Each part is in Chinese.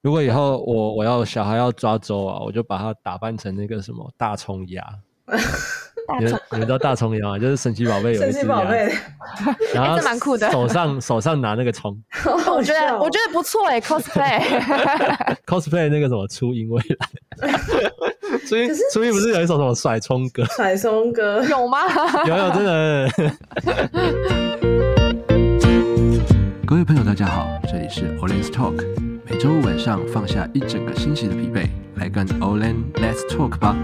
如果以后我我要小孩要抓周啊，我就把它打扮成那个什么大葱鸭。大你葱们你们知道大葱鸭吗？就是神奇宝贝有一神只鸭奇宝，贝，然后哎这蛮酷的手上手上拿那个葱 我 我觉得我觉得不错哎，cosplay。 ，cosplay 那个什么初音未来。初音可是初音不是有一首什么甩葱歌？得甩松哥， 有 吗？ 有有真的。各位朋友，大家好，这里是 Olen's Talk，每周五晚上放下一整个星期的疲惫，来跟 Olen Let's Talk 吧。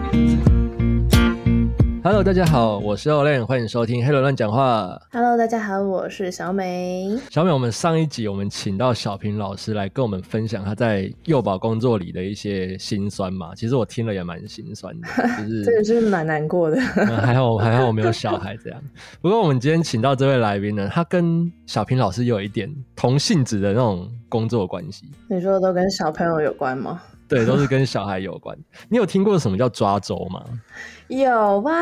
Hello，大家好，我是 Olen，欢迎收听《黑人乱讲话》。 Hello，大家好，我是小美。小美，我们上一集我们请到小平老师来跟我们分享他在幼保工作里的一些辛酸嘛，其实我听了也蛮心酸的，就是 这个是蛮难过的， 嗯还好还好我没有小孩这样。不过我们今天请到这位来宾呢，他跟小平老师有一点同性质的那种工作关系，你说都跟小朋友有关吗？对，都是跟小孩有关。 你有听过什么叫抓周吗？有啊，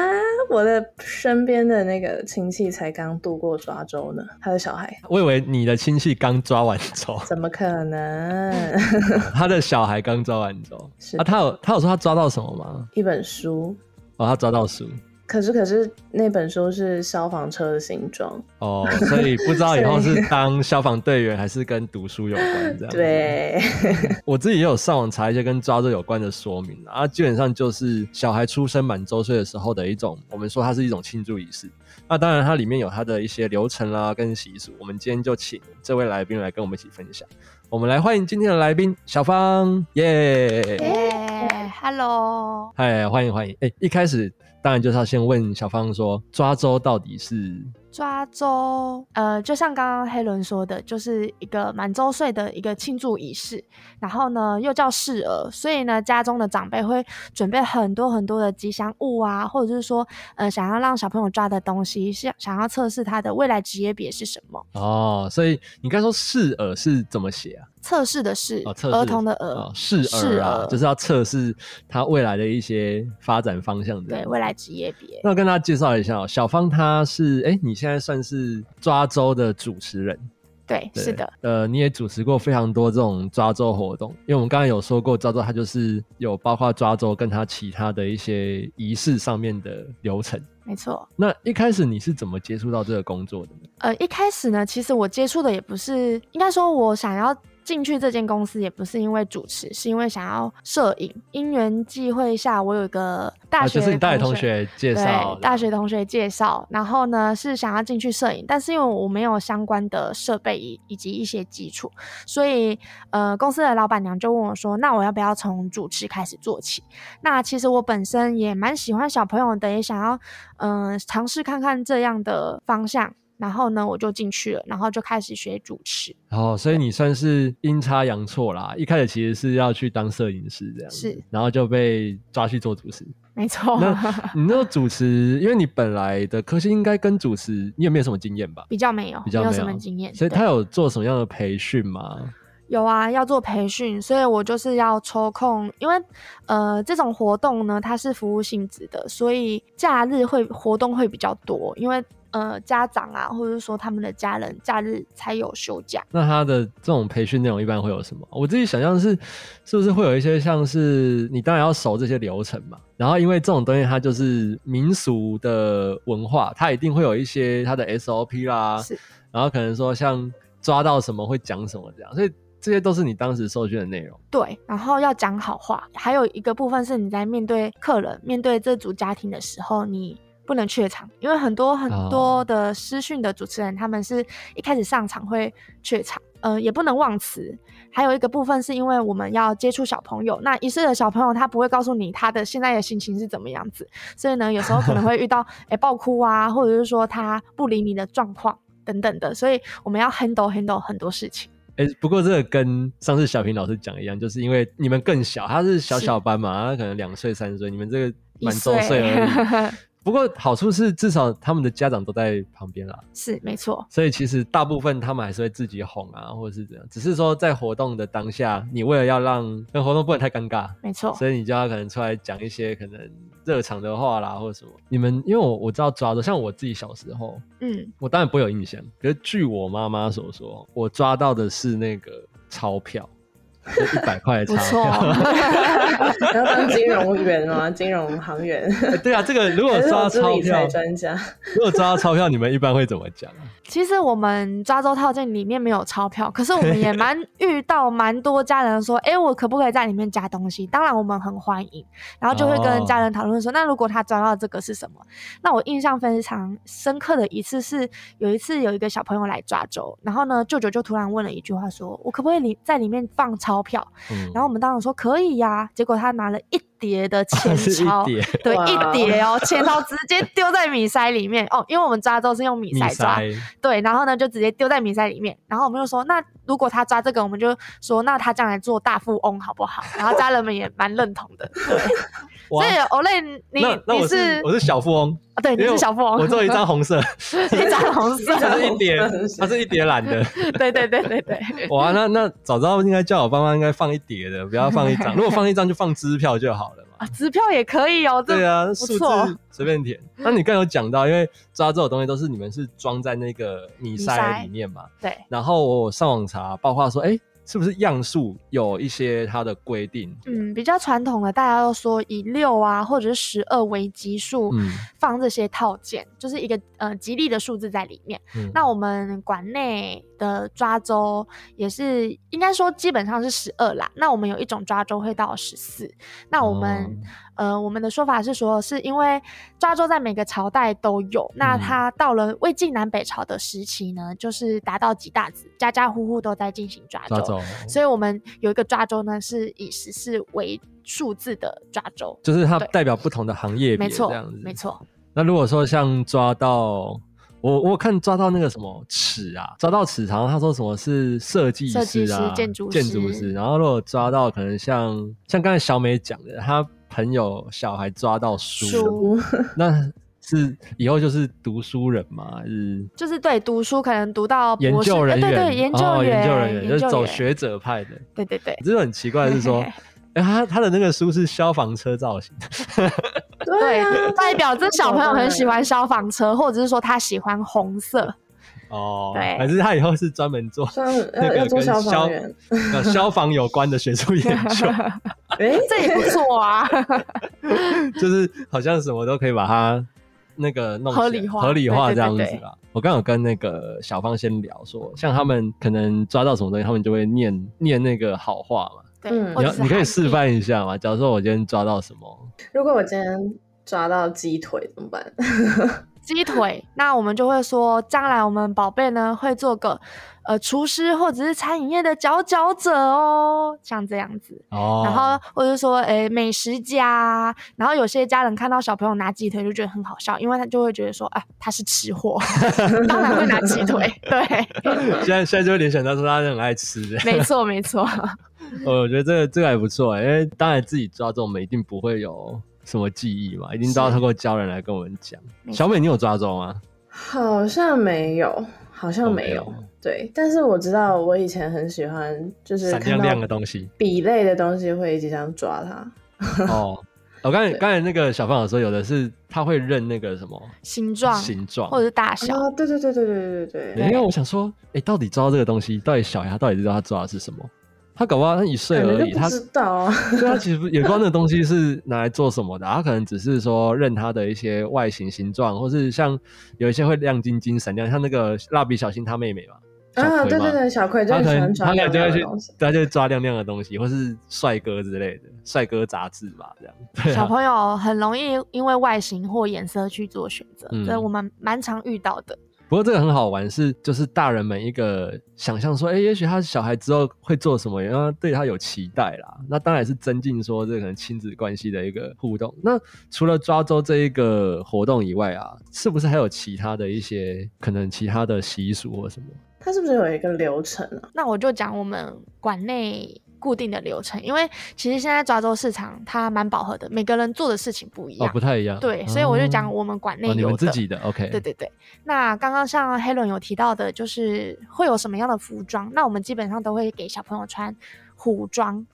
我的身边的那个亲戚才刚度过抓周呢，还有小孩，我以为你的亲戚刚抓完周， 怎么可能？ 他的小孩刚抓完周是啊，他有他有说他抓到什么吗？一本书，哦，他抓到书。可是可是那本书是消防车的形状，哦，所以不知道以后 所以是当消防队员还是跟读书有关这样。，对， 我自己也有上网查一些跟抓周有关的说明啊，基本上就是小孩出生满周岁的时候的一种，我们说它是一种庆祝仪式。那当然，它里面有它的一些流程啦跟习俗。我们今天就请这位来宾来跟我们一起分享。我们来欢迎今天的来宾小芳，耶、耶，Hello，嗨，欢迎欢迎！哎、一开始当然就是要先问小芳说，抓周到底是抓周，呃，就像刚刚黑伦说的，就是一个满周岁的一个庆祝仪式，然后呢又叫适儿，所以呢家中的长辈会准备很多很多的吉祥物啊，或者是说，呃，想要让小朋友抓的东西，是想要测试他的未来职业别是什么，哦，所以你刚才说适儿是怎么写啊？测试的是、哦，测试儿童的儿，哦适适儿啊，儿就是要测试他未来的一些发展方向这样对未来职业别，那我跟大家介绍一下哦，小芳她是哎、你现在算是抓周的主持人，对，对是的，，呃，你也主持过非常多这种抓周活动，因为我们刚刚有说过，抓周它就是有包括抓周跟它其他的一些仪式上面的流程。没错。那一开始你是怎么接触到这个工作的呢？呃，一开始呢，其实我接触的也不是，应该说我想要进去这间公司，也不是因为主持，是因为想要摄影。因缘际会下，我有一个大啊，学、就是你大学同。学介绍对，，大学同学介绍，然后呢是想要进去摄影，但是因为我没有相关的设备以以及一些基础，所以呃，公司的老板娘就问我说：“那我要不要从主持开始做起？”那其实我本身也蛮喜欢小朋友的，也想要嗯、呃尝试看看这样的方向。然后呢，我就进去了，然后就开始学主持。哦，所以你算是阴差阳错啦。一开始其实是要去当摄影师这样，是，哦然后就被抓去做主持。没错，那你那个主持，因为你本来的科系应该跟主持，你也没有什么经验吧？ 比较没有，比较没有没什有么经验，所以对他有做什么样的培训吗？有啊，要做培训，所以我就是要抽空，因为呃，这种活动呢，它是服务性质的，所以假日会活动会比较多，因为呃，家长啊，或者是说他们的家人，假日才有休假。那他的这种培训内容一般会有什么？我自己想象是，是不是会有一些像是你当然要熟这些流程嘛，然后因为这种东西它就是民俗的文化，它一定会有一些它的 SOP 啦，是然后可能说像抓到什么会讲什么这样，所以这些都是你当时受训的内容。对，然后要讲好话，还有一个部分是你在面对客人、面对这组家庭的时候，你不能怯场，因为很多很哦多的私讯的主持人，他们是一开始上场会怯场，呃，也不能忘词。还有一个部分是因为我们要接触小朋友，那一岁的小朋友他不会告诉你他的现在的心情是怎么样子，所以呢，有时候可能会 遇到诶、爆哭啊，或者是说他不理你的状况等等的，所以我们要 handle handle 很多事情。哎、不过这个跟上次小平老师讲一样，就是因为你们更小，他是小小班嘛，他可能两岁三岁，你们这个满周岁而已。不过好处是，至少他们的家长都在旁边啦，是没错，所以其实大部分他们还是会自己哄啊，或者是怎样。只是说在活动的当下，你为了要让那活动不能太尴尬，没错。所以你就要可能出来讲一些可能热场的话啦，或者什么。你们因为我我知道抓的，像我自己小时候，嗯，我当然不会有印象，可是据我妈妈所说，我抓到的是那个钞票，一百块的不差 错票。哦，你要当金融员吗？金融 行员？哎对啊，这个如果还是抓投到资钞理财票，专家？如果抓到钞票，你们一般会怎么讲啊？ 其实我们抓周套件里面没有钞票，可是我们也蛮遇到蛮多家人说，哎、我可不可以在里面加东西？当然我们很欢迎，然后就会跟家人讨论说，那如果他抓到这个是什么？那我印象非常深刻的一次是，有一次有一个小朋友来抓周，然后呢，舅舅就突然问了一句话说，我可不可以里在里面放钞票？嗯，然后我们当然说可以呀、结果他拿了一叠的 钱是一钞，叠对，哇一叠哦，钱钞直接丢在米塞里面哦，因为我们抓周是用米你塞抓，塞对，然后呢就直接丢在米塞里面，然后我们就说，那如果他抓这个，我们就说，那他将来做大富翁好不好？然后家人们也蛮认同的，对， 哇所以 Olay，你那那你我是我是小富翁，啊对，你因为是小富翁，我做一张 红色，一张红 色，它是一叠红色，它是一叠蓝的。对对对对对，哇，那那早知道应该叫我爸妈应该放一叠的，不要放一 张。如果放一张就放支票就好了嘛。啊，支票也可以哦，这对啊，不数字错随便填。那你刚有讲到，因为抓这种东西都是你们是装在那个米米塞塞里面嘛。对然后我上网查报话说，哎、是不是样数有一些它的规定？嗯，比较传统的，大家都说以六啊或者是十二为基数嗯放这些套件，就是一个呃吉利的数字在里面。嗯，那我们馆内的抓周也是，应该说基本上是十二啦。那我们有一种抓周会到十四。那我们、哦呃，我们的说法是说，是因为抓周在每个朝代都有，那嗯它到了魏晋南北朝的时期呢，就是达到几大子，家家户户都在进行抓哦抓周。走，所以我们有一个抓周呢，是以十四为数字的抓周。就是它对代表不同的行业别没错这样子，，没。错，那如果说像抓到我，我有看抓到那个什么尺啊，抓到尺，然后他说什么是设计设计师啊，师建筑建师筑师，然后如果抓到可能像像刚才小美讲的，她朋友小孩抓到书，书那是以后就是读书人嘛，还是就是对读书可能读到研博士，究哎人员，对对，研究哦、员，研究人员就是走员，学者派的。对对对，这就很奇怪，是 说，哎、他他的那个书是消防车造型，对对啊，，代表这小朋友很喜欢消防车，或者是说他喜欢红色，哦，对还是他以后是专门做专门那呃要个要做跟消消防员？呃消防有关的学术研 究， 哎， 这也不错啊。 就是好像什么都可以把它那个弄起来合理化合理化对对这样子对吧。我刚有跟那个小芳先聊说，像他们可能抓到什么东西，他们就会念念那个好话嘛。对，嗯或你者要是你可以韩示剧，范一下嘛？假如说我今天抓到什么，如果我今天抓到鸡腿怎么办？鸡腿，那我们就会说，将来我们宝贝呢会做个呃厨师或者是餐饮业的佼佼者哦，像这样子。哦， 然后或者说，诶、美食家啊，然后有些家人看到小朋友拿鸡腿就觉得很好笑，因为他就会觉得说，啊，他是吃货， 当然会拿鸡腿，对， 现在现在就会联想到说他很爱吃 的，没错没错，哦我觉得这个这个还不错、因为当然自己抓这种我们一定不会有什么记忆嘛，一定都要是透过教人来跟我们讲。没错小美，你有抓周吗？好像没有，好像没有。哦没有对，但是我知道，我以前很喜欢，就是闪看亮亮的到东西笔类的东西会一直这样抓它。 哦。我刚才刚才那个小朋友说，有的是他会认那个什么形状形状，哦或者是大小，啊，对对对对对对对对因为对，我想说，哎、到底抓到这个东西，到底小孩他到底知道他抓的是什么？他搞不好他一岁感觉而就已，不他知道啊。对他其实也不知道那个东西是拿来做什么的，他可能只是说认它的一些外形、形状，或是像有一些会亮晶晶、闪亮，像那个蜡笔小新他妹妹嘛，小啊，葵对嘛对对，小葵就他很可喜能他欢抓可能亮就亮会的去东西，，他就会抓亮亮的东西，或是帅哥之类的，帅哥杂志吧，这样。对小啊，朋友很容易因为外形或颜色去做选择，嗯这我们蛮常遇到的。不过这个很好玩，是就是大人们一个想象说，哎、也许他小孩之后会做什么，然后对他有期待啦。那当然是增进说这个可能亲子关系的一个互动。那除了抓周这一个活动以外啊，是不是还有其他的一些可能其他的习俗或什么？它是不是有一个流程啊？哦那我就讲我们馆内固定的流程，因为其实现在抓周市场它蛮饱和的，每个人做的事情不一哦样，，不太一样。对，所以我就讲哦我们馆内哦你有们的。自己的 OK，对对对，那刚刚像 Helen 有提到的，就是会有什么样的服装？那我们基本上都会给小朋友穿虎装、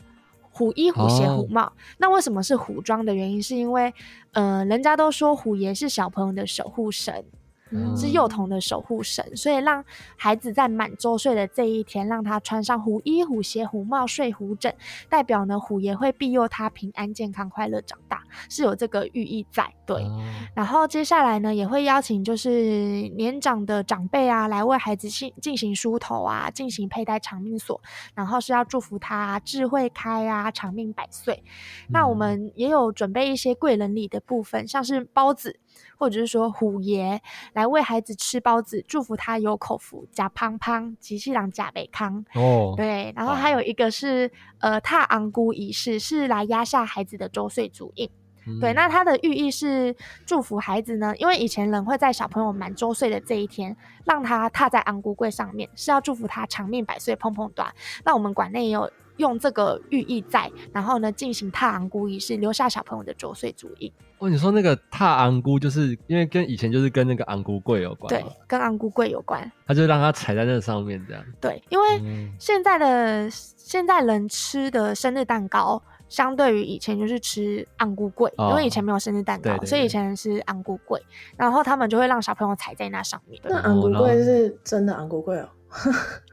虎衣、虎鞋、哦虎帽。那为什么是虎装的原因，是因为呃，人家都说虎爷是小朋友的守护神，嗯是幼童的守护神，所以让孩子在满周岁的这一天，让他穿上虎衣、虎鞋、虎帽、睡虎枕，代表呢虎爷会庇佑他平安、健康、快乐长大，是有这个寓意在。对，啊然后接下来呢，也会邀请就是年长的长辈啊，来为孩子进进行梳头啊，进行佩戴长命锁，然后是要祝福他、智慧开啊，长命百岁。那我嗯们也有准备一些贵人礼的部分，像是包子。或者是说虎爷来为孩子吃包子，祝福他有口福，假胖胖，吉西郎假北康。哦，对，然后还有一个是呃踏昂姑仪式，是来压下孩子的周岁足印。对，嗯那它的寓意是祝福孩子呢，因为以前人会在小朋友满周岁的这一天，让他踏在安菇柜上面，是要祝福他长命百岁、碰碰短。那我们馆内也有用这个寓意在，然后呢进行踏安菇仪式，留下小朋友的周岁足印。哦，你说那个踏昂菇，就是因为跟以前就是跟那个昂菇柜有关，对，，跟安菇柜有关。他就让它踩在那上面这样。对，因为嗯现在的现在人吃的生日蛋糕。相对于以前就是吃安菇桂，因为以前没有生日蛋糕，哦对对所以以对前是安菇桂，然后他们就会让小朋友踩在那上面。那昂古然后贵是真的昂古贵哦，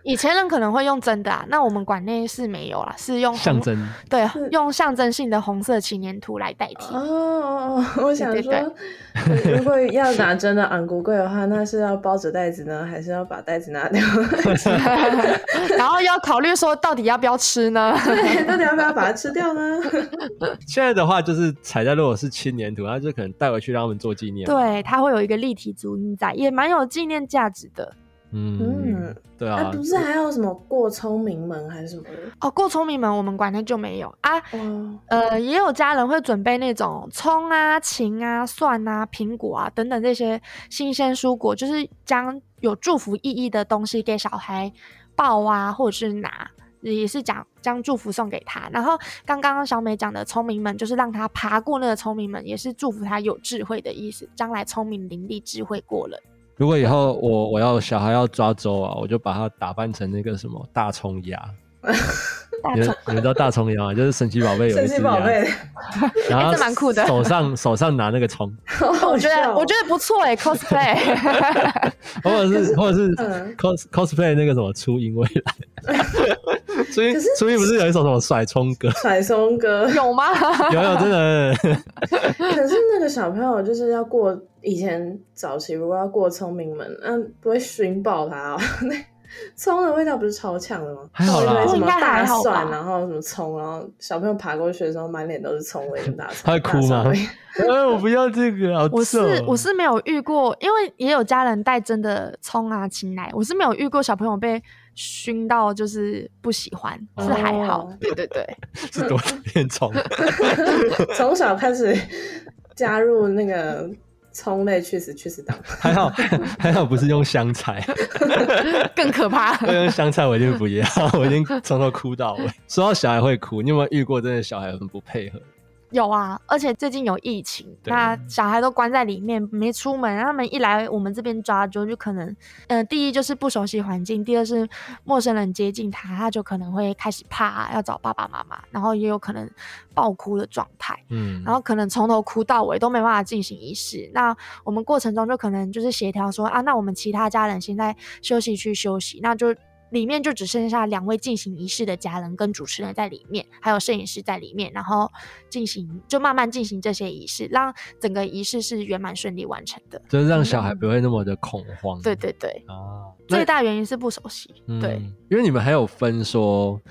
以前人可能会用真的啊，那我们馆内是没有啦，是用象红 征对是用象征性的红色祈年图来代替。哦哦哦，我想对说对，如果要拿真的昂古贵的话，那是要包着袋子呢，还是要把袋子拿掉？ 然后要考虑说到底要不要吃 呢？到底要不要把它吃掉呢？现在的话就是踩在，如果是青年土，他就可能带回去让他们做纪念。，对，它会有一个立体足印在，也蛮有纪念价值的。嗯，嗯，对啊，啊，不是还有什么过聪明门还是什么的？哦，过聪明们我们馆内就没有啊。哇，呃，也有家人会准备那种葱啊、芹啊、蒜啊、苹果啊等等这些新鲜蔬果，就是将有祝福意义的东西给小孩抱啊，或者是拿，也是讲将祝福送给他。然后刚刚小美讲的聪明们，就是让他爬过那个聪明门，也是祝福他有智慧的意思，将来聪明伶俐、智慧过人。如果以后我我要小孩要抓周啊，我就把它打扮成那个什么大葱鸭。 大你葱们你们知道大葱鸭吗？就是神奇宝贝有神一奇只宝鸭，贝，然后哎这蛮酷的手上手上拿那个葱，我我觉哦得我觉得不错哎、c o s p l a y 或者是或者是嗯 cos cosplay 那个什么初音未来， 初音可是初音不是有一首什么甩葱歌？甩松哥， 有吗？有有真的， 可是那个小朋友就是要过以前早期，如果要过聪明门，嗯、不会熏爆他哦。 那葱的味道不是超呛的吗？还好啦就是什么应该还大好吧蒜，然后什么葱，然后小朋友爬过去的时候，满脸都是葱味，大蒜。 他会哭吗大蒜味？哎，我不要这个，好我臭是哦我是没有遇过，因为也有家人带真的葱啊、芹来，我是没有遇过小朋友被熏到就是不喜欢，是还好。哦对对对，是多讨厌虫。从小开始加入那个葱类去死去死党， 还好 还好不是用香菜，更可怕。要用香菜我一定不要， 我已经从头哭到尾。说到小孩会哭，你有没有遇过真的小孩很不配合？ 有啊，而且最近有疫情，对那小孩都关在里面没出门，他们一来我们这边抓阄，就可能，呃，第一就是不熟悉环境，第二是陌生人接近他，他就可能会开始怕，要找爸爸妈妈，然后也有可能爆哭的状态。嗯，然后可能从头哭到尾都没办法进行仪式。那我们过程中就可能就是协调说啊，那我们其他家人先在休息区休息，那就里面就只剩下两位进行仪式的家人跟主持人在里面，还有摄影师在里面，然后进行就慢慢进行这些仪式，让整个仪式是圆满顺利完成的。就是让小孩不会那么的恐慌。嗯对对对，啊，那最大原因是不熟悉。对，嗯，因为你们还有分说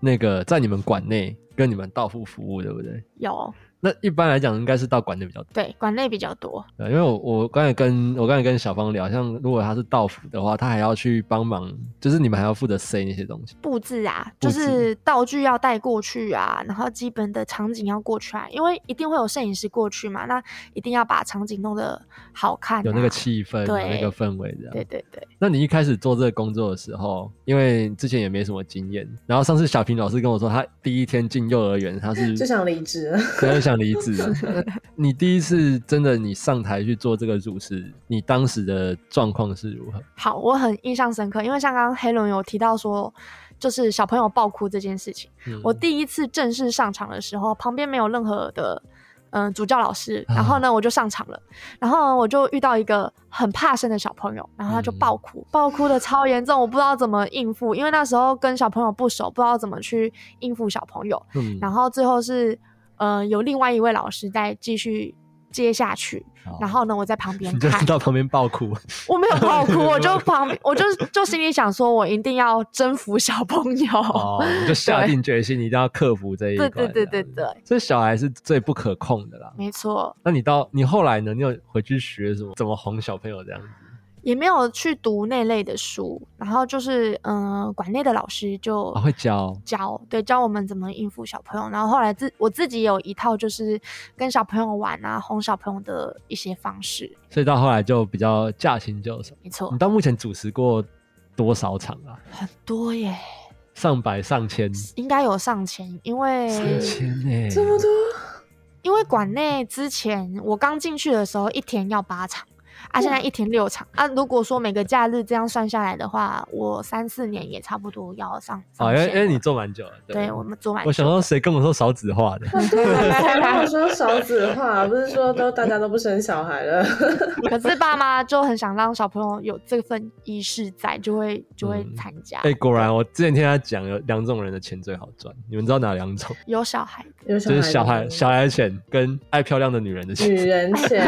那个在你们馆内跟你们到付服务，对不对？有那一般来讲应该是到馆内比较多，对馆内比较多，对因为我我刚才跟我刚才跟小芳聊，像如果他是到付的话，他还要去帮忙，就是你们还要负责塞那些东西。布置啊，布就置是道具要带过去啊，然后基本的场景要过去啊，因为一定会有摄影师过去嘛，那一定要把场景弄得好看、啊，有 那个气氛，有对那个氛围，这样。对对对，那你一开始做这个工作的时候，因为之前也没什么经验，然后上次小平老师跟我说，他第一天进幼儿园，他是就想离职了。真的想离职。 那你第一次真的你上台去做这个主持，你当时的状况是如何？好，我很印象深刻，因为像刚刚黑龙有提到说，就是小朋嗯友爆哭这件事情，我第一次正式上场的时候，旁边没有任何的嗯、主教老师，然后啊呢我就上场了，然后我就遇到一个很怕生的小朋友，然后他就嗯爆哭，爆哭的超严重，我不知道怎么应付，因为那时候跟小朋友不熟，不知道怎么去应付小朋友，嗯，然后最后是呃有另外一位老师再继续接下去，好然后呢我在旁边哦 你就看是，到旁边爆 哭，我没有爆哭，我就旁边我就就心里想说，我一定要征服小朋友。哦，你就下定决心，你一定要克服这一对关。对对对这样子，对，所以小孩是最不可控的啦。没错，那你到你后来呢？你有回去学什么？怎么哄小朋友这样子？也没有去读那类的书，然后就是嗯、呃管内的老师就啊，会教教，对，教我们怎么应付小朋友。然后后来自我自己有一套就是跟小朋友玩啊，哄小朋友的一些方式，所以到后来就比较驾轻就熟。没错你，到目前主持过多少场啊？很多耶，上百、上千、应该有上千，因为上千哎、这么多，因为馆内之前我刚进去的时候，一天要八场，啊，现在一天六场啊。如果说每个假日这样算下来的话，我三四年也差不多要上上啊！因为线因为了你做蛮久了，对对我们做满，我想说谁跟我说少子化的？ 如果说少子化，不是说都大家都不生小孩了， 可是爸妈就很想让小朋友有这份仪式在，就会就会嗯参加。哎、果然我之前听他讲，有两种人的钱最好赚，你们知道哪两种？有小孩的，有就是小孩的小孩的钱跟爱漂亮的女人的女钱。人钱，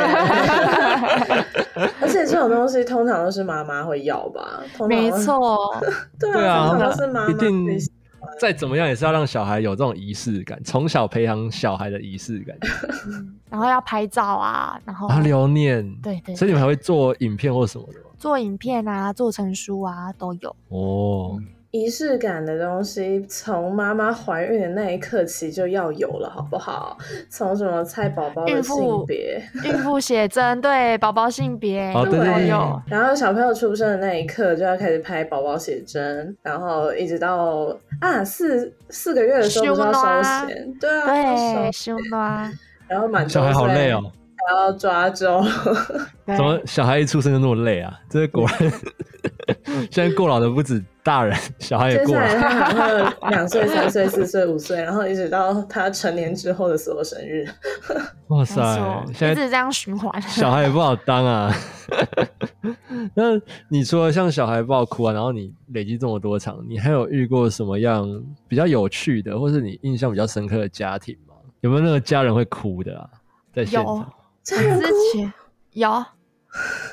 而且这种东西通常都是妈妈会要吧？通常没，错，对对啊，通常都是妈那妈一定会再怎么样也是要让小孩有这种仪式感，从小培养小孩的仪式感， 嗯，然后要拍照啊，然后然后留念。对对所以你们还会做影片或什么的吗？做影片啊，做成书啊都有。 哦，仪式感的东西，从妈妈怀孕的那一刻起就要有了，好不好？从什么猜宝宝的孕妇性别，孕妇写真，对宝宝性别，哦对对都对有。然后小朋友出生的那一刻就要开始拍宝宝写真，然后一直到啊四四个月的时候不是要收钱，对啊，要对，收胸啊，然后满周小孩好累哦，，还要抓周，对怎么小孩一出生就那么累啊？ 这果然， 现在过劳的不止大人，小孩也接过下来劳。他还会有两岁、三岁、四岁、五岁，然后一直到他成年之后的所有生日。哇没塞错，，现一在直这样循环。小孩也不好当啊。 那你除了像小孩爆哭啊，然后你累积这么多场，你还有遇过什么样比较有趣的，或是你印象比较深刻的家庭吗？有没有那个家人会哭的啊？在现有场，这样 哭之前有，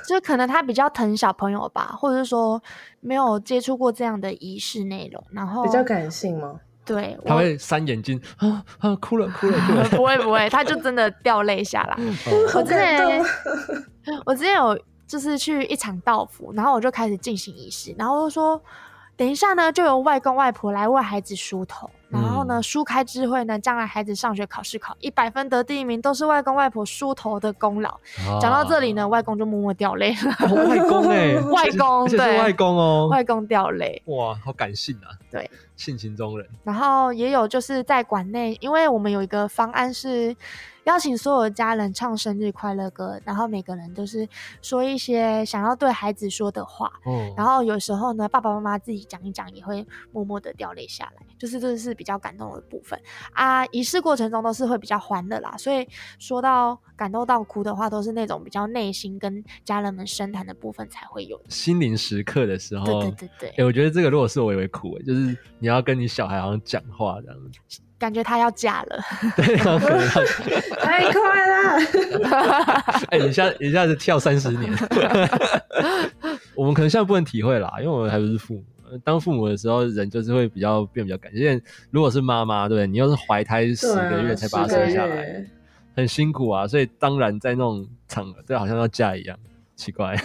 就可能他比较疼小朋友吧，或者是说没有接触过这样的仪式内容，然后比较感性吗？对，他我。会扇眼睛啊啊，哭了哭了哭了不会不会，他就真的掉泪下来。 哦我好之前感动，啊我之前有就是去一场道服，然后我就开始进行仪式，然后就说等一下呢，就由外公外婆来为孩子梳头，然后呢，嗯梳开智慧呢，将来孩子上学考试考一百分得第一名，都是外公外婆梳头的功劳。讲到这里呢，，外公就默默掉泪了，哦外公哎，外公而且是对外公哦，外公掉泪。哇，好感性啊！对，性情中人。然后也有就是在馆内，因为我们有一个方案是邀请所有的家人唱生日快乐歌，然后每个人都是说一些想要对孩子说的话。哦然后有时候呢，爸爸妈妈自己讲一讲，也会默默的掉泪下来，就是这是比较感动的部分啊。仪式过程中都是会比较欢乐啦，所以说到感动到哭的话，都是那种比较内心跟家人们深谈的部分才会有的。心灵时刻的时候，对对对对，哎、我觉得这个如果是我也会哭、欸，就是你要跟你小孩好像讲话这样 子，感觉他要嫁了，对，然后可能要，太快了！ 哎、一下一下子跳三十 年，我们可能现在不能体会啦，因为我们还不是父母。呃当父母的时候，人就是会比较变比较感性。因为如果是妈妈，对不对？你又是怀胎十对啊个月才把十他个生下来，月很辛苦啊，所以当然在那种场合，对，好像要嫁一样，奇 怪。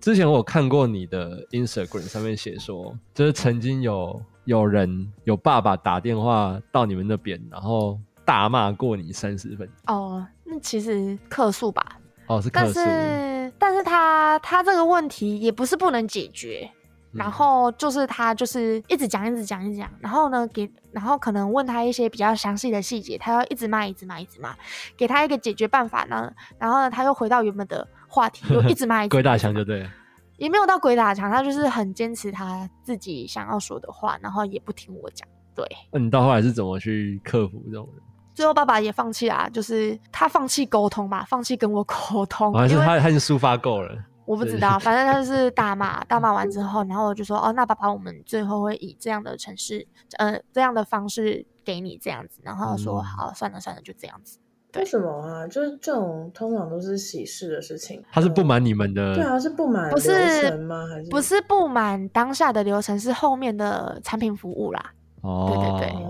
之前我有看过你的 Instagram 上面写说，就是曾经有有人有爸爸打电话到你们那边，然后大骂过你三十分，哦，那其实客诉吧，哦，是但客诉，是但是他他这个问题也不是不能解决，然嗯后就是他就是一直讲，一直讲，一直讲，然后呢给，然后可能问他一些比较详细的细节，他要一直骂，一直骂，一直骂，给他一个解决办法呢，然后呢他又回到原本的话题，又一直骂，一直鬼骂打一直墙骂就对了，也没有到鬼打墙，他就是很坚持他自己想要说的话，然后也不听我讲，对，那你到后来是怎么去克服这种人？最后爸爸也放弃啊，就是他放弃沟通吧，放弃跟我沟通，哦好像是因为他他已经抒发够了，我不知对道，反正他就是大骂，大骂嗯完之后，然后我就说，哦，那爸爸，我们最后会以这样的城市，呃，这样的方式给你这样子，然后他说，嗯好，算了算了，就这样子。对为什么啊？就是这种通常都是喜事的事情。他是不嗯满你们的，对啊，是不满不是流程吗？还是不是不满当下的流程，是后面的产品服务啦。哦，对对对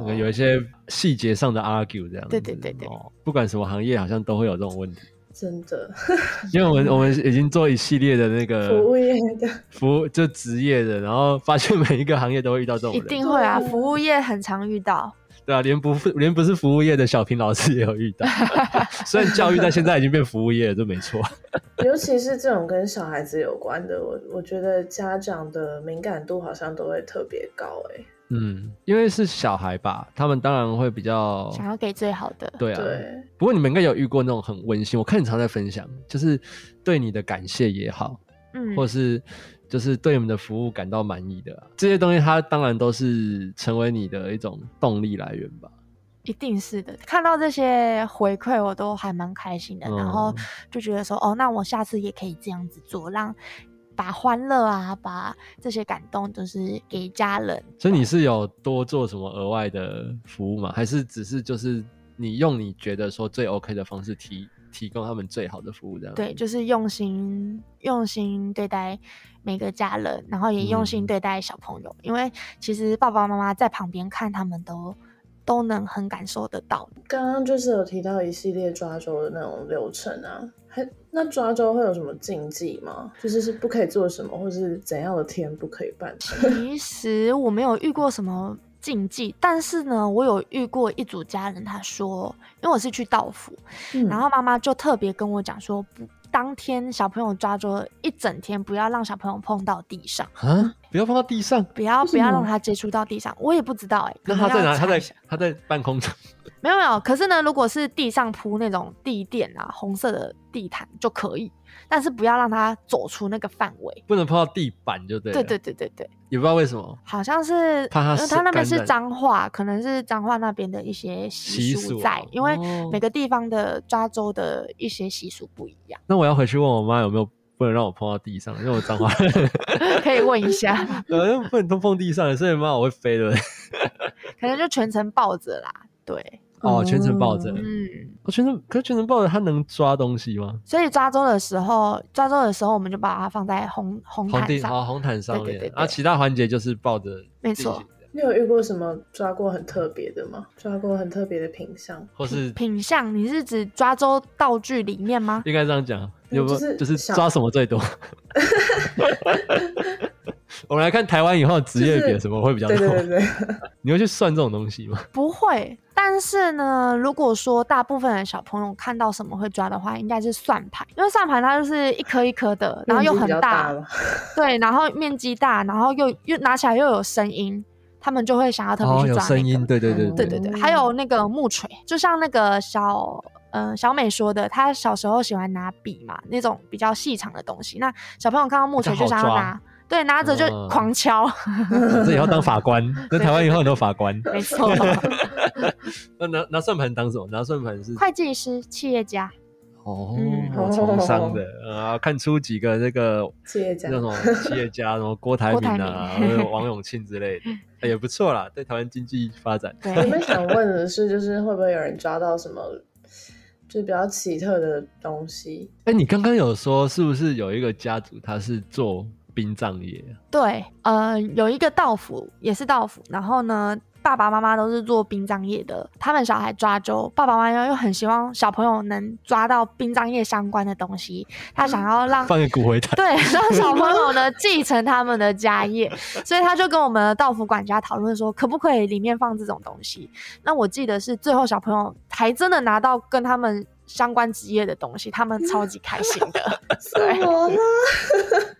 那个有一些细节上的 argue 这样子，对对对对哦，不管什么行业好像都会有这种问题，真的因为我 们我们已经做一系列的那个 服务业的？服务就职业的，然后发现每一个行业都会遇到这种一人，哦定会啊，对啊服务业很常遇到。对啊，连不连不是服务业的小平老师也有遇 到，虽然教育在现在已经变服务业了，这没错，尤其是这种跟小孩子有关的，我我觉得家长的敏感度好像都会特别高哎、嗯，因为是小孩吧，他们当然会比较想要给最好的，哦对啊，对，不过你们应该有遇过那种很温馨，我看你常在分享，就是对你的感谢也好，嗯，或是就是对你们的服务感到满意的啊、这些东西，它当然都是成为你的一种动力来源吧。一定是的。看到这些回馈，我都还蛮开心的，然后嗯就觉得说，哦，那我下次也可以这样子做，让把欢乐啊，把这些感动，就是给家人。所以你是有多做什么额外的服务吗？还是只是就是你用你觉得说最 OK 的方式提提供他们最好的服务这样？对，，就是用心用心对待每个家人，然后也用心嗯对待小朋友，因为其实爸爸妈妈在旁边看，他们都都能很感受得到。刚刚就是有提到一系列抓周的那种流程啊，还那抓周会有什么禁忌吗？就是是不可以做什么，或是怎样的天不可以办？其实我没有遇过什么禁忌，但是呢，我有遇过一组家人，他说，因为我是去道府，嗯然后妈妈就特别跟我讲说，不，当天小朋友抓着一整天，不要让小朋友碰到地上，啊，不要放到地上。不要为什不要让么他接触到地上。我也不知道哎、欸，那可能他在要哪？他查在一下他在半空中。没有没有。可是呢，如果是地上铺那种地垫啊，红色的地毯就可以，但是不要让他走出那个范围。不能碰到地板就对了。对对对对对，也不知道为什么好像是，怕他因为是他那边感是染彰化，可能是彰化那边的一些习习俗俗啊在，因为哦每个地方的抓周的一些习俗不一 样，那我要回去问我妈有没有不能让我碰到地上，因为我脏话， 可以问一下。 呃，不能都碰地上，所以妈我会飞的。可能就全程抱着啦。对，哦，全程抱着，嗯，我哦全程，可是全程抱着，它能抓东西吗？所以抓周的时候，抓周的时候我们就把它放在红红红毯地上，哦，红毯上对对面对，对啊，其他环节就是抱着，没错，你有遇过什么抓过很特别的吗？抓过很特别的品相？或是品相，你是指抓周道具里面吗？应该这样讲，有没就有是就是小抓什么最 多？我们来看台湾以后职业就别是什么会比较对多对，对对，你会去算这种东西吗？不会，但是呢，如果说大部分的小朋友看到什么会抓的话，应该是算盘，因为算盘它就是一颗一颗的，然后又很面积比较大，大嘛对，然后面积大，然后又又拿起来又有声音，他们就会想要特别哦，去有抓、那个声音，对对对嗯对对对，还有那个木锤，就像那个小呃小美说的，她小时候喜欢拿笔嘛，那种比较细长的东西。那小朋友看到木锤比较就好想要抓拿，对，拿着就嗯狂 敲，哦这以后当法官，那台湾以后很多法官。没错，那拿拿算盘当什么？拿算盘是 会计师、企业家，哦嗯，我从商 的啊，看出几个那个企业家那种企业家，什么郭台铭啊 郭台、铭王永庆之类的， 哎也不错啦，对台湾经济发展。对，我们想问的是，就是会不会有人抓到什么就比较奇特的东西？哎，你刚刚有说是不是有一个家族他是做殡葬业？啊对，呃，有一个道府也是道府，然后呢，爸爸妈妈都是做殡葬业的，他们小孩抓周，爸爸妈妈又很希望小朋友能抓到殡葬业相关的东西，他想要让放个骨灰坛， 对，让小朋友呢继承他们的家业，所以他就跟我们的道府管家讨论说，可不可以里面放这种东西？那我记得是最后小朋友还真的拿到跟他们相关职业的东西，他们超级开心的。什么呢？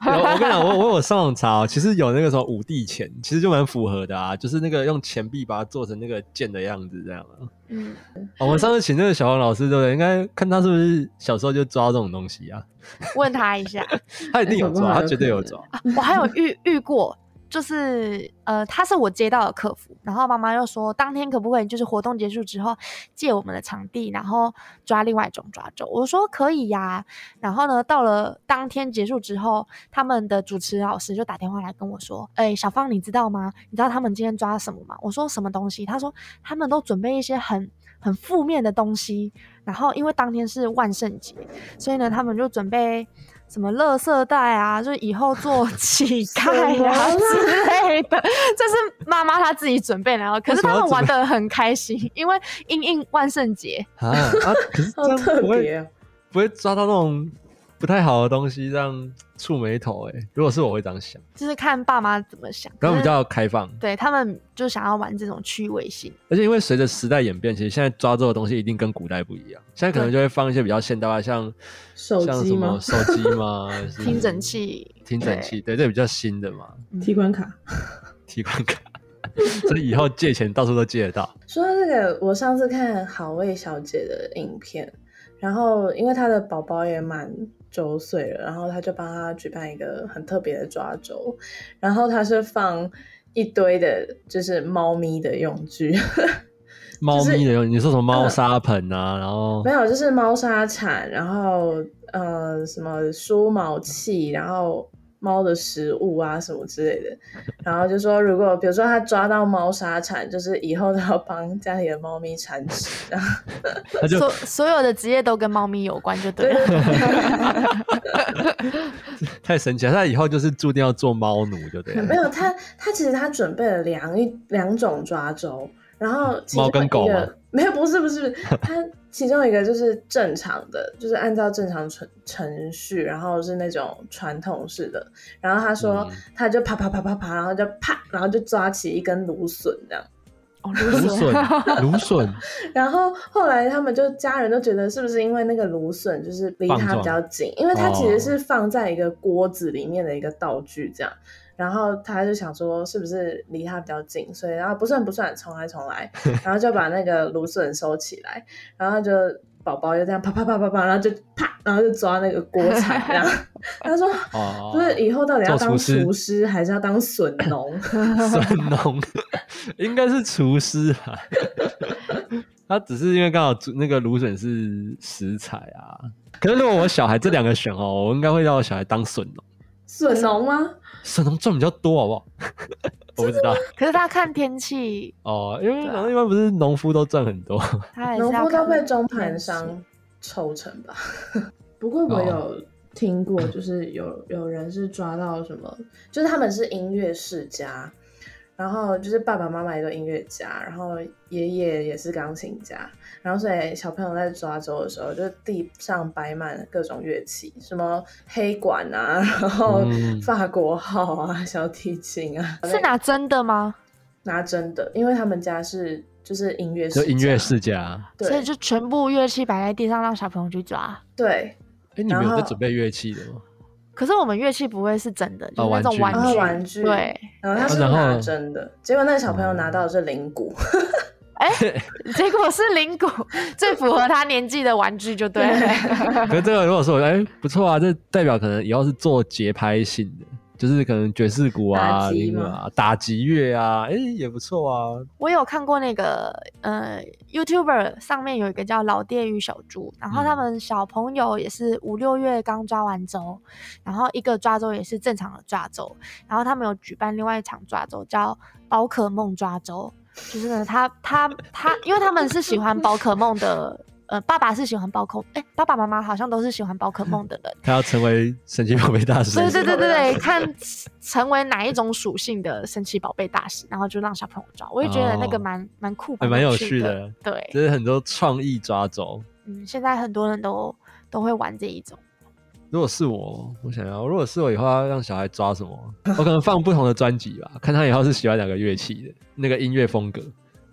有我跟你讲，我我有上网查哦，其实有那个什么五帝钱，其实就蛮符合的啊，就是那个用钱币把它做成那个剑的样子，这样啊。嗯，哦我们上次请那个小王老师，对不对？应该看他是不是小时候就抓这种东西啊？问他一下，他一定有哎抓，搞不好他绝对有抓。啊我还有遇遇过。就是呃，他是我接到的客服，然后妈妈又说，当天可不可以就是活动结束之后借我们的场地，然后抓另外一种抓周？我说可以呀、然后呢，到了当天结束之后，他们的主持老师就打电话来跟我说：“哎、小芳，你知道吗？你知道他们今天抓什么吗？”我说：“什么东西？”他说：“他们都准备一些很很负面的东西。然后因为当天是万圣节，所以呢，他们就准备什么垃圾袋啊，就是以后做 乞丐啊什么啦之类的。这是妈妈她自己准备的，然后可为是什么他要们玩准的很开心，因为因应万圣节。啊 啊！可是这好样特不别会啊、不会抓到那种不太好的东西，这样触眉头哎、如果是我会这样想，就是看爸妈怎么想，然后可比是较开放，对他们就想要玩这种趣味性。而且因为随着时代演变，其实现在抓周的东西一定跟古代不一样。现在可能就会放一些比较现代化，像手像机什吗么？手机嘛， 是听诊、器，嗯听诊器，对，这比较新的嘛，提款卡。提款卡。 所以以后借钱到处都借得到。说到这个，我上次看好味小姐的影片，然后因为她的宝宝也满周岁了，然后她就帮她举办一个很特别的抓周，然后她是放一堆的，就是猫咪的用具，猫咪的用，你说什么猫砂盆啊，然后嗯没有，就是猫砂铲，然后呃什么梳毛器，然后。猫的食物啊，什么之类的，然后就说，如果比如说她抓到猫砂铲，就是以后都要帮家里的猫咪铲屎，然后它就所所有的职业都跟猫咪有关，就对了。太神奇了。它以后就是注定要做猫奴，就对没了。有他，他其实他准备了两一两种抓周，然后其嗯中猫跟狗一个吗 没有，不是不是，他其中一个就是正常的，就是按照正常程程序，然后是那种传统式的。然后他说，嗯他就啪啪啪啪啪，然后就啪，然后就抓起一根芦笋这样。哦，芦 芦笋 笋，芦笋，然后后来他们就家人都觉得是不是因为那个芦笋就是离它比较近，因为它其哦实是放在一个锅子里面的一个道具这样，然后他就想说是不是离它比较近，所以然后不算不算，重来 重来，然后就把那个芦笋收起来，然后就宝宝就这样啪啪啪啪啪，然后就啪，然后就抓那个锅 铲这样，他说。 哦，不是以后到底要做当厨师厨师还是要当笋农？神农，应该是厨师吧。 他只是因为刚好煮那个芦笋是食材啊。可是如果我小孩这两个选哦，我应该会让我小孩当笋农，笋农吗？笋农赚比较多，好不好？ 我不知道可是他看天气，哦，因为对啊一般不是农夫都赚很多，他还是农要夫都看被天中盘气商抽成吧。 不过哦我有听过，就是有有人是抓到什么，就是他们是音乐世家，然后就是爸爸妈妈也都音乐家，然后爷爷也是钢琴家，然后所以小朋友在抓周的时候，就地上摆满了各种乐器，什么黑管啊，然后嗯法国号啊，小提琴啊，是拿真的吗？拿真的，因为他们家是就是音乐世就家，音乐世家。对所以就全部乐器摆在地上让小朋友去抓。对，哎，你们然有后在准备乐器的吗？可是我们乐器不会是真的，就是那种哦玩具玩具。然后哦啊玩具，对，然后他是啊然后嗯拿真的，结果那个小朋友拿到的是灵骨，结果是灵骨 最符合他年纪的玩具，就对 了。 可是这个如果说哎不错啊，这代表可能以后是做节拍性的，就是可能爵士鼓啊、打击铃吗啊、打击乐啊，哎也不错啊，我有看过那个呃，YouTuber 上面有一个叫老爹与小猪，然后他嗯们小朋友也是五六月刚抓完周，然后一个抓周也是正常的抓周，然后他们有举办另外一场抓周叫宝可梦抓周，就是呢，他他他，因为他们是喜欢宝可梦的。呃，爸爸是喜欢宝可，哎、爸爸妈妈好像都是喜欢宝可梦的人，他要成为神奇宝贝大师。对对对对宝贝大对，师看成为哪一种属性的神奇宝贝大师，然后就让小朋友抓，我也觉得那个哦蛮蛮酷，还蛮有趣趣的对，就是很多创意抓走。嗯，现在很多人都都会玩这一种，如果是我，我想要，如果是我以后要让小孩抓什么，我可能放不同的专辑吧，看他以后是喜欢哪个乐器的那个音乐风格。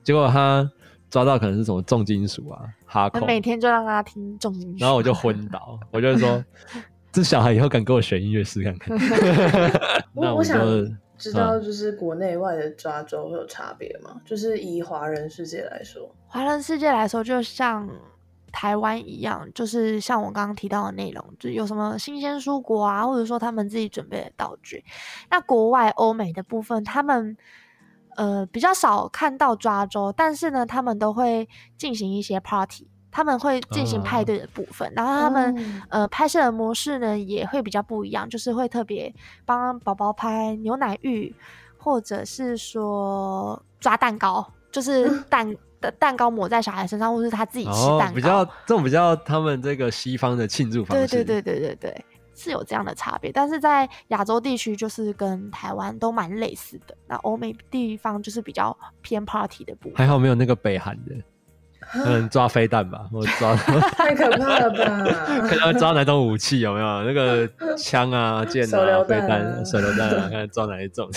结果他抓到可能是什么重金属啊、哈那扣，每天就让他听重金属，然后我就昏倒，我就说， 这小孩以后敢给我学音乐试看 看。那我我我就想知道就是国内外的抓周会有差别吗？就是以华人世界来说，华人世界来说，就像台湾一样，就是像我刚刚提到的内容，就有什么新鲜蔬果啊，或者说他们自己准备的道具。那国外欧美的部分，他们呃比较少看到抓周，但是呢，他们都会进行一些 party。他们会进行派对的部分，啊、然后他们、嗯、呃拍摄的模式呢也会比较不一样，就是会特别帮宝宝拍牛奶浴，或者是说抓蛋糕，就是蛋的蛋糕抹在小孩身上，或是他自己吃蛋糕。哦、比较这种比较他们这个西方的庆祝方式，对对对对对对，是有这样的差别。但是在亚洲地区，就是跟台湾都蛮类似的。那欧美地方就是比较偏 party 的部分，还好没有那个北韩的。啊嗯，抓飞弹吧，我抓太可怕了 吧！看他抓哪种武器有没有？那个枪啊、剑啊、飞弹、手榴弹啊，看抓哪一种。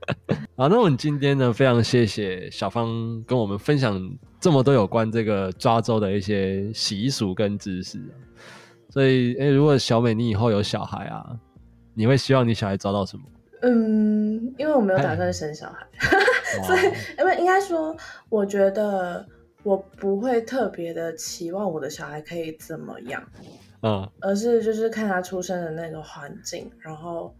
好，那我们今天呢，非常谢谢小芳跟我们分享这么多有关这个抓周的一些习俗跟知识、啊。所以，哎、欸，如果小美你以后有小孩啊，你会希望你小孩抓到什么？嗯，因为我没有哎打算生小孩，所以，因为应该说，我觉得。我不会特别的期望我的小孩可以怎么样，嗯，而是就是看他出生的那个环境，然后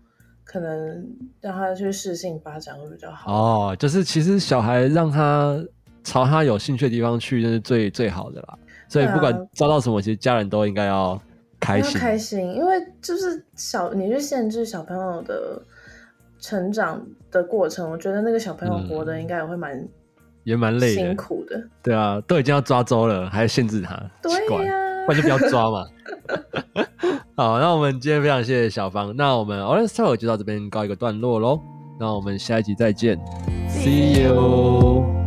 可能让他去适性发展会比较好。哦，就是其实小孩让他朝他有兴趣的地方去，就是最最好的啦。所以不管遭到什么，啊、其实家人都应该要开心，开心，因为就是小你去限制小朋友的成长的过程，我觉得那个小朋友活的应该也会蛮。嗯也蛮累的，辛苦的。对啊，都已经要抓周了，还要限制他，对呀、啊，不然就不要抓嘛。 好，那我们今天非常谢谢小芳，那我们 Orange Talk 就到这边告一个段落喽，那我们下一集再见，See you。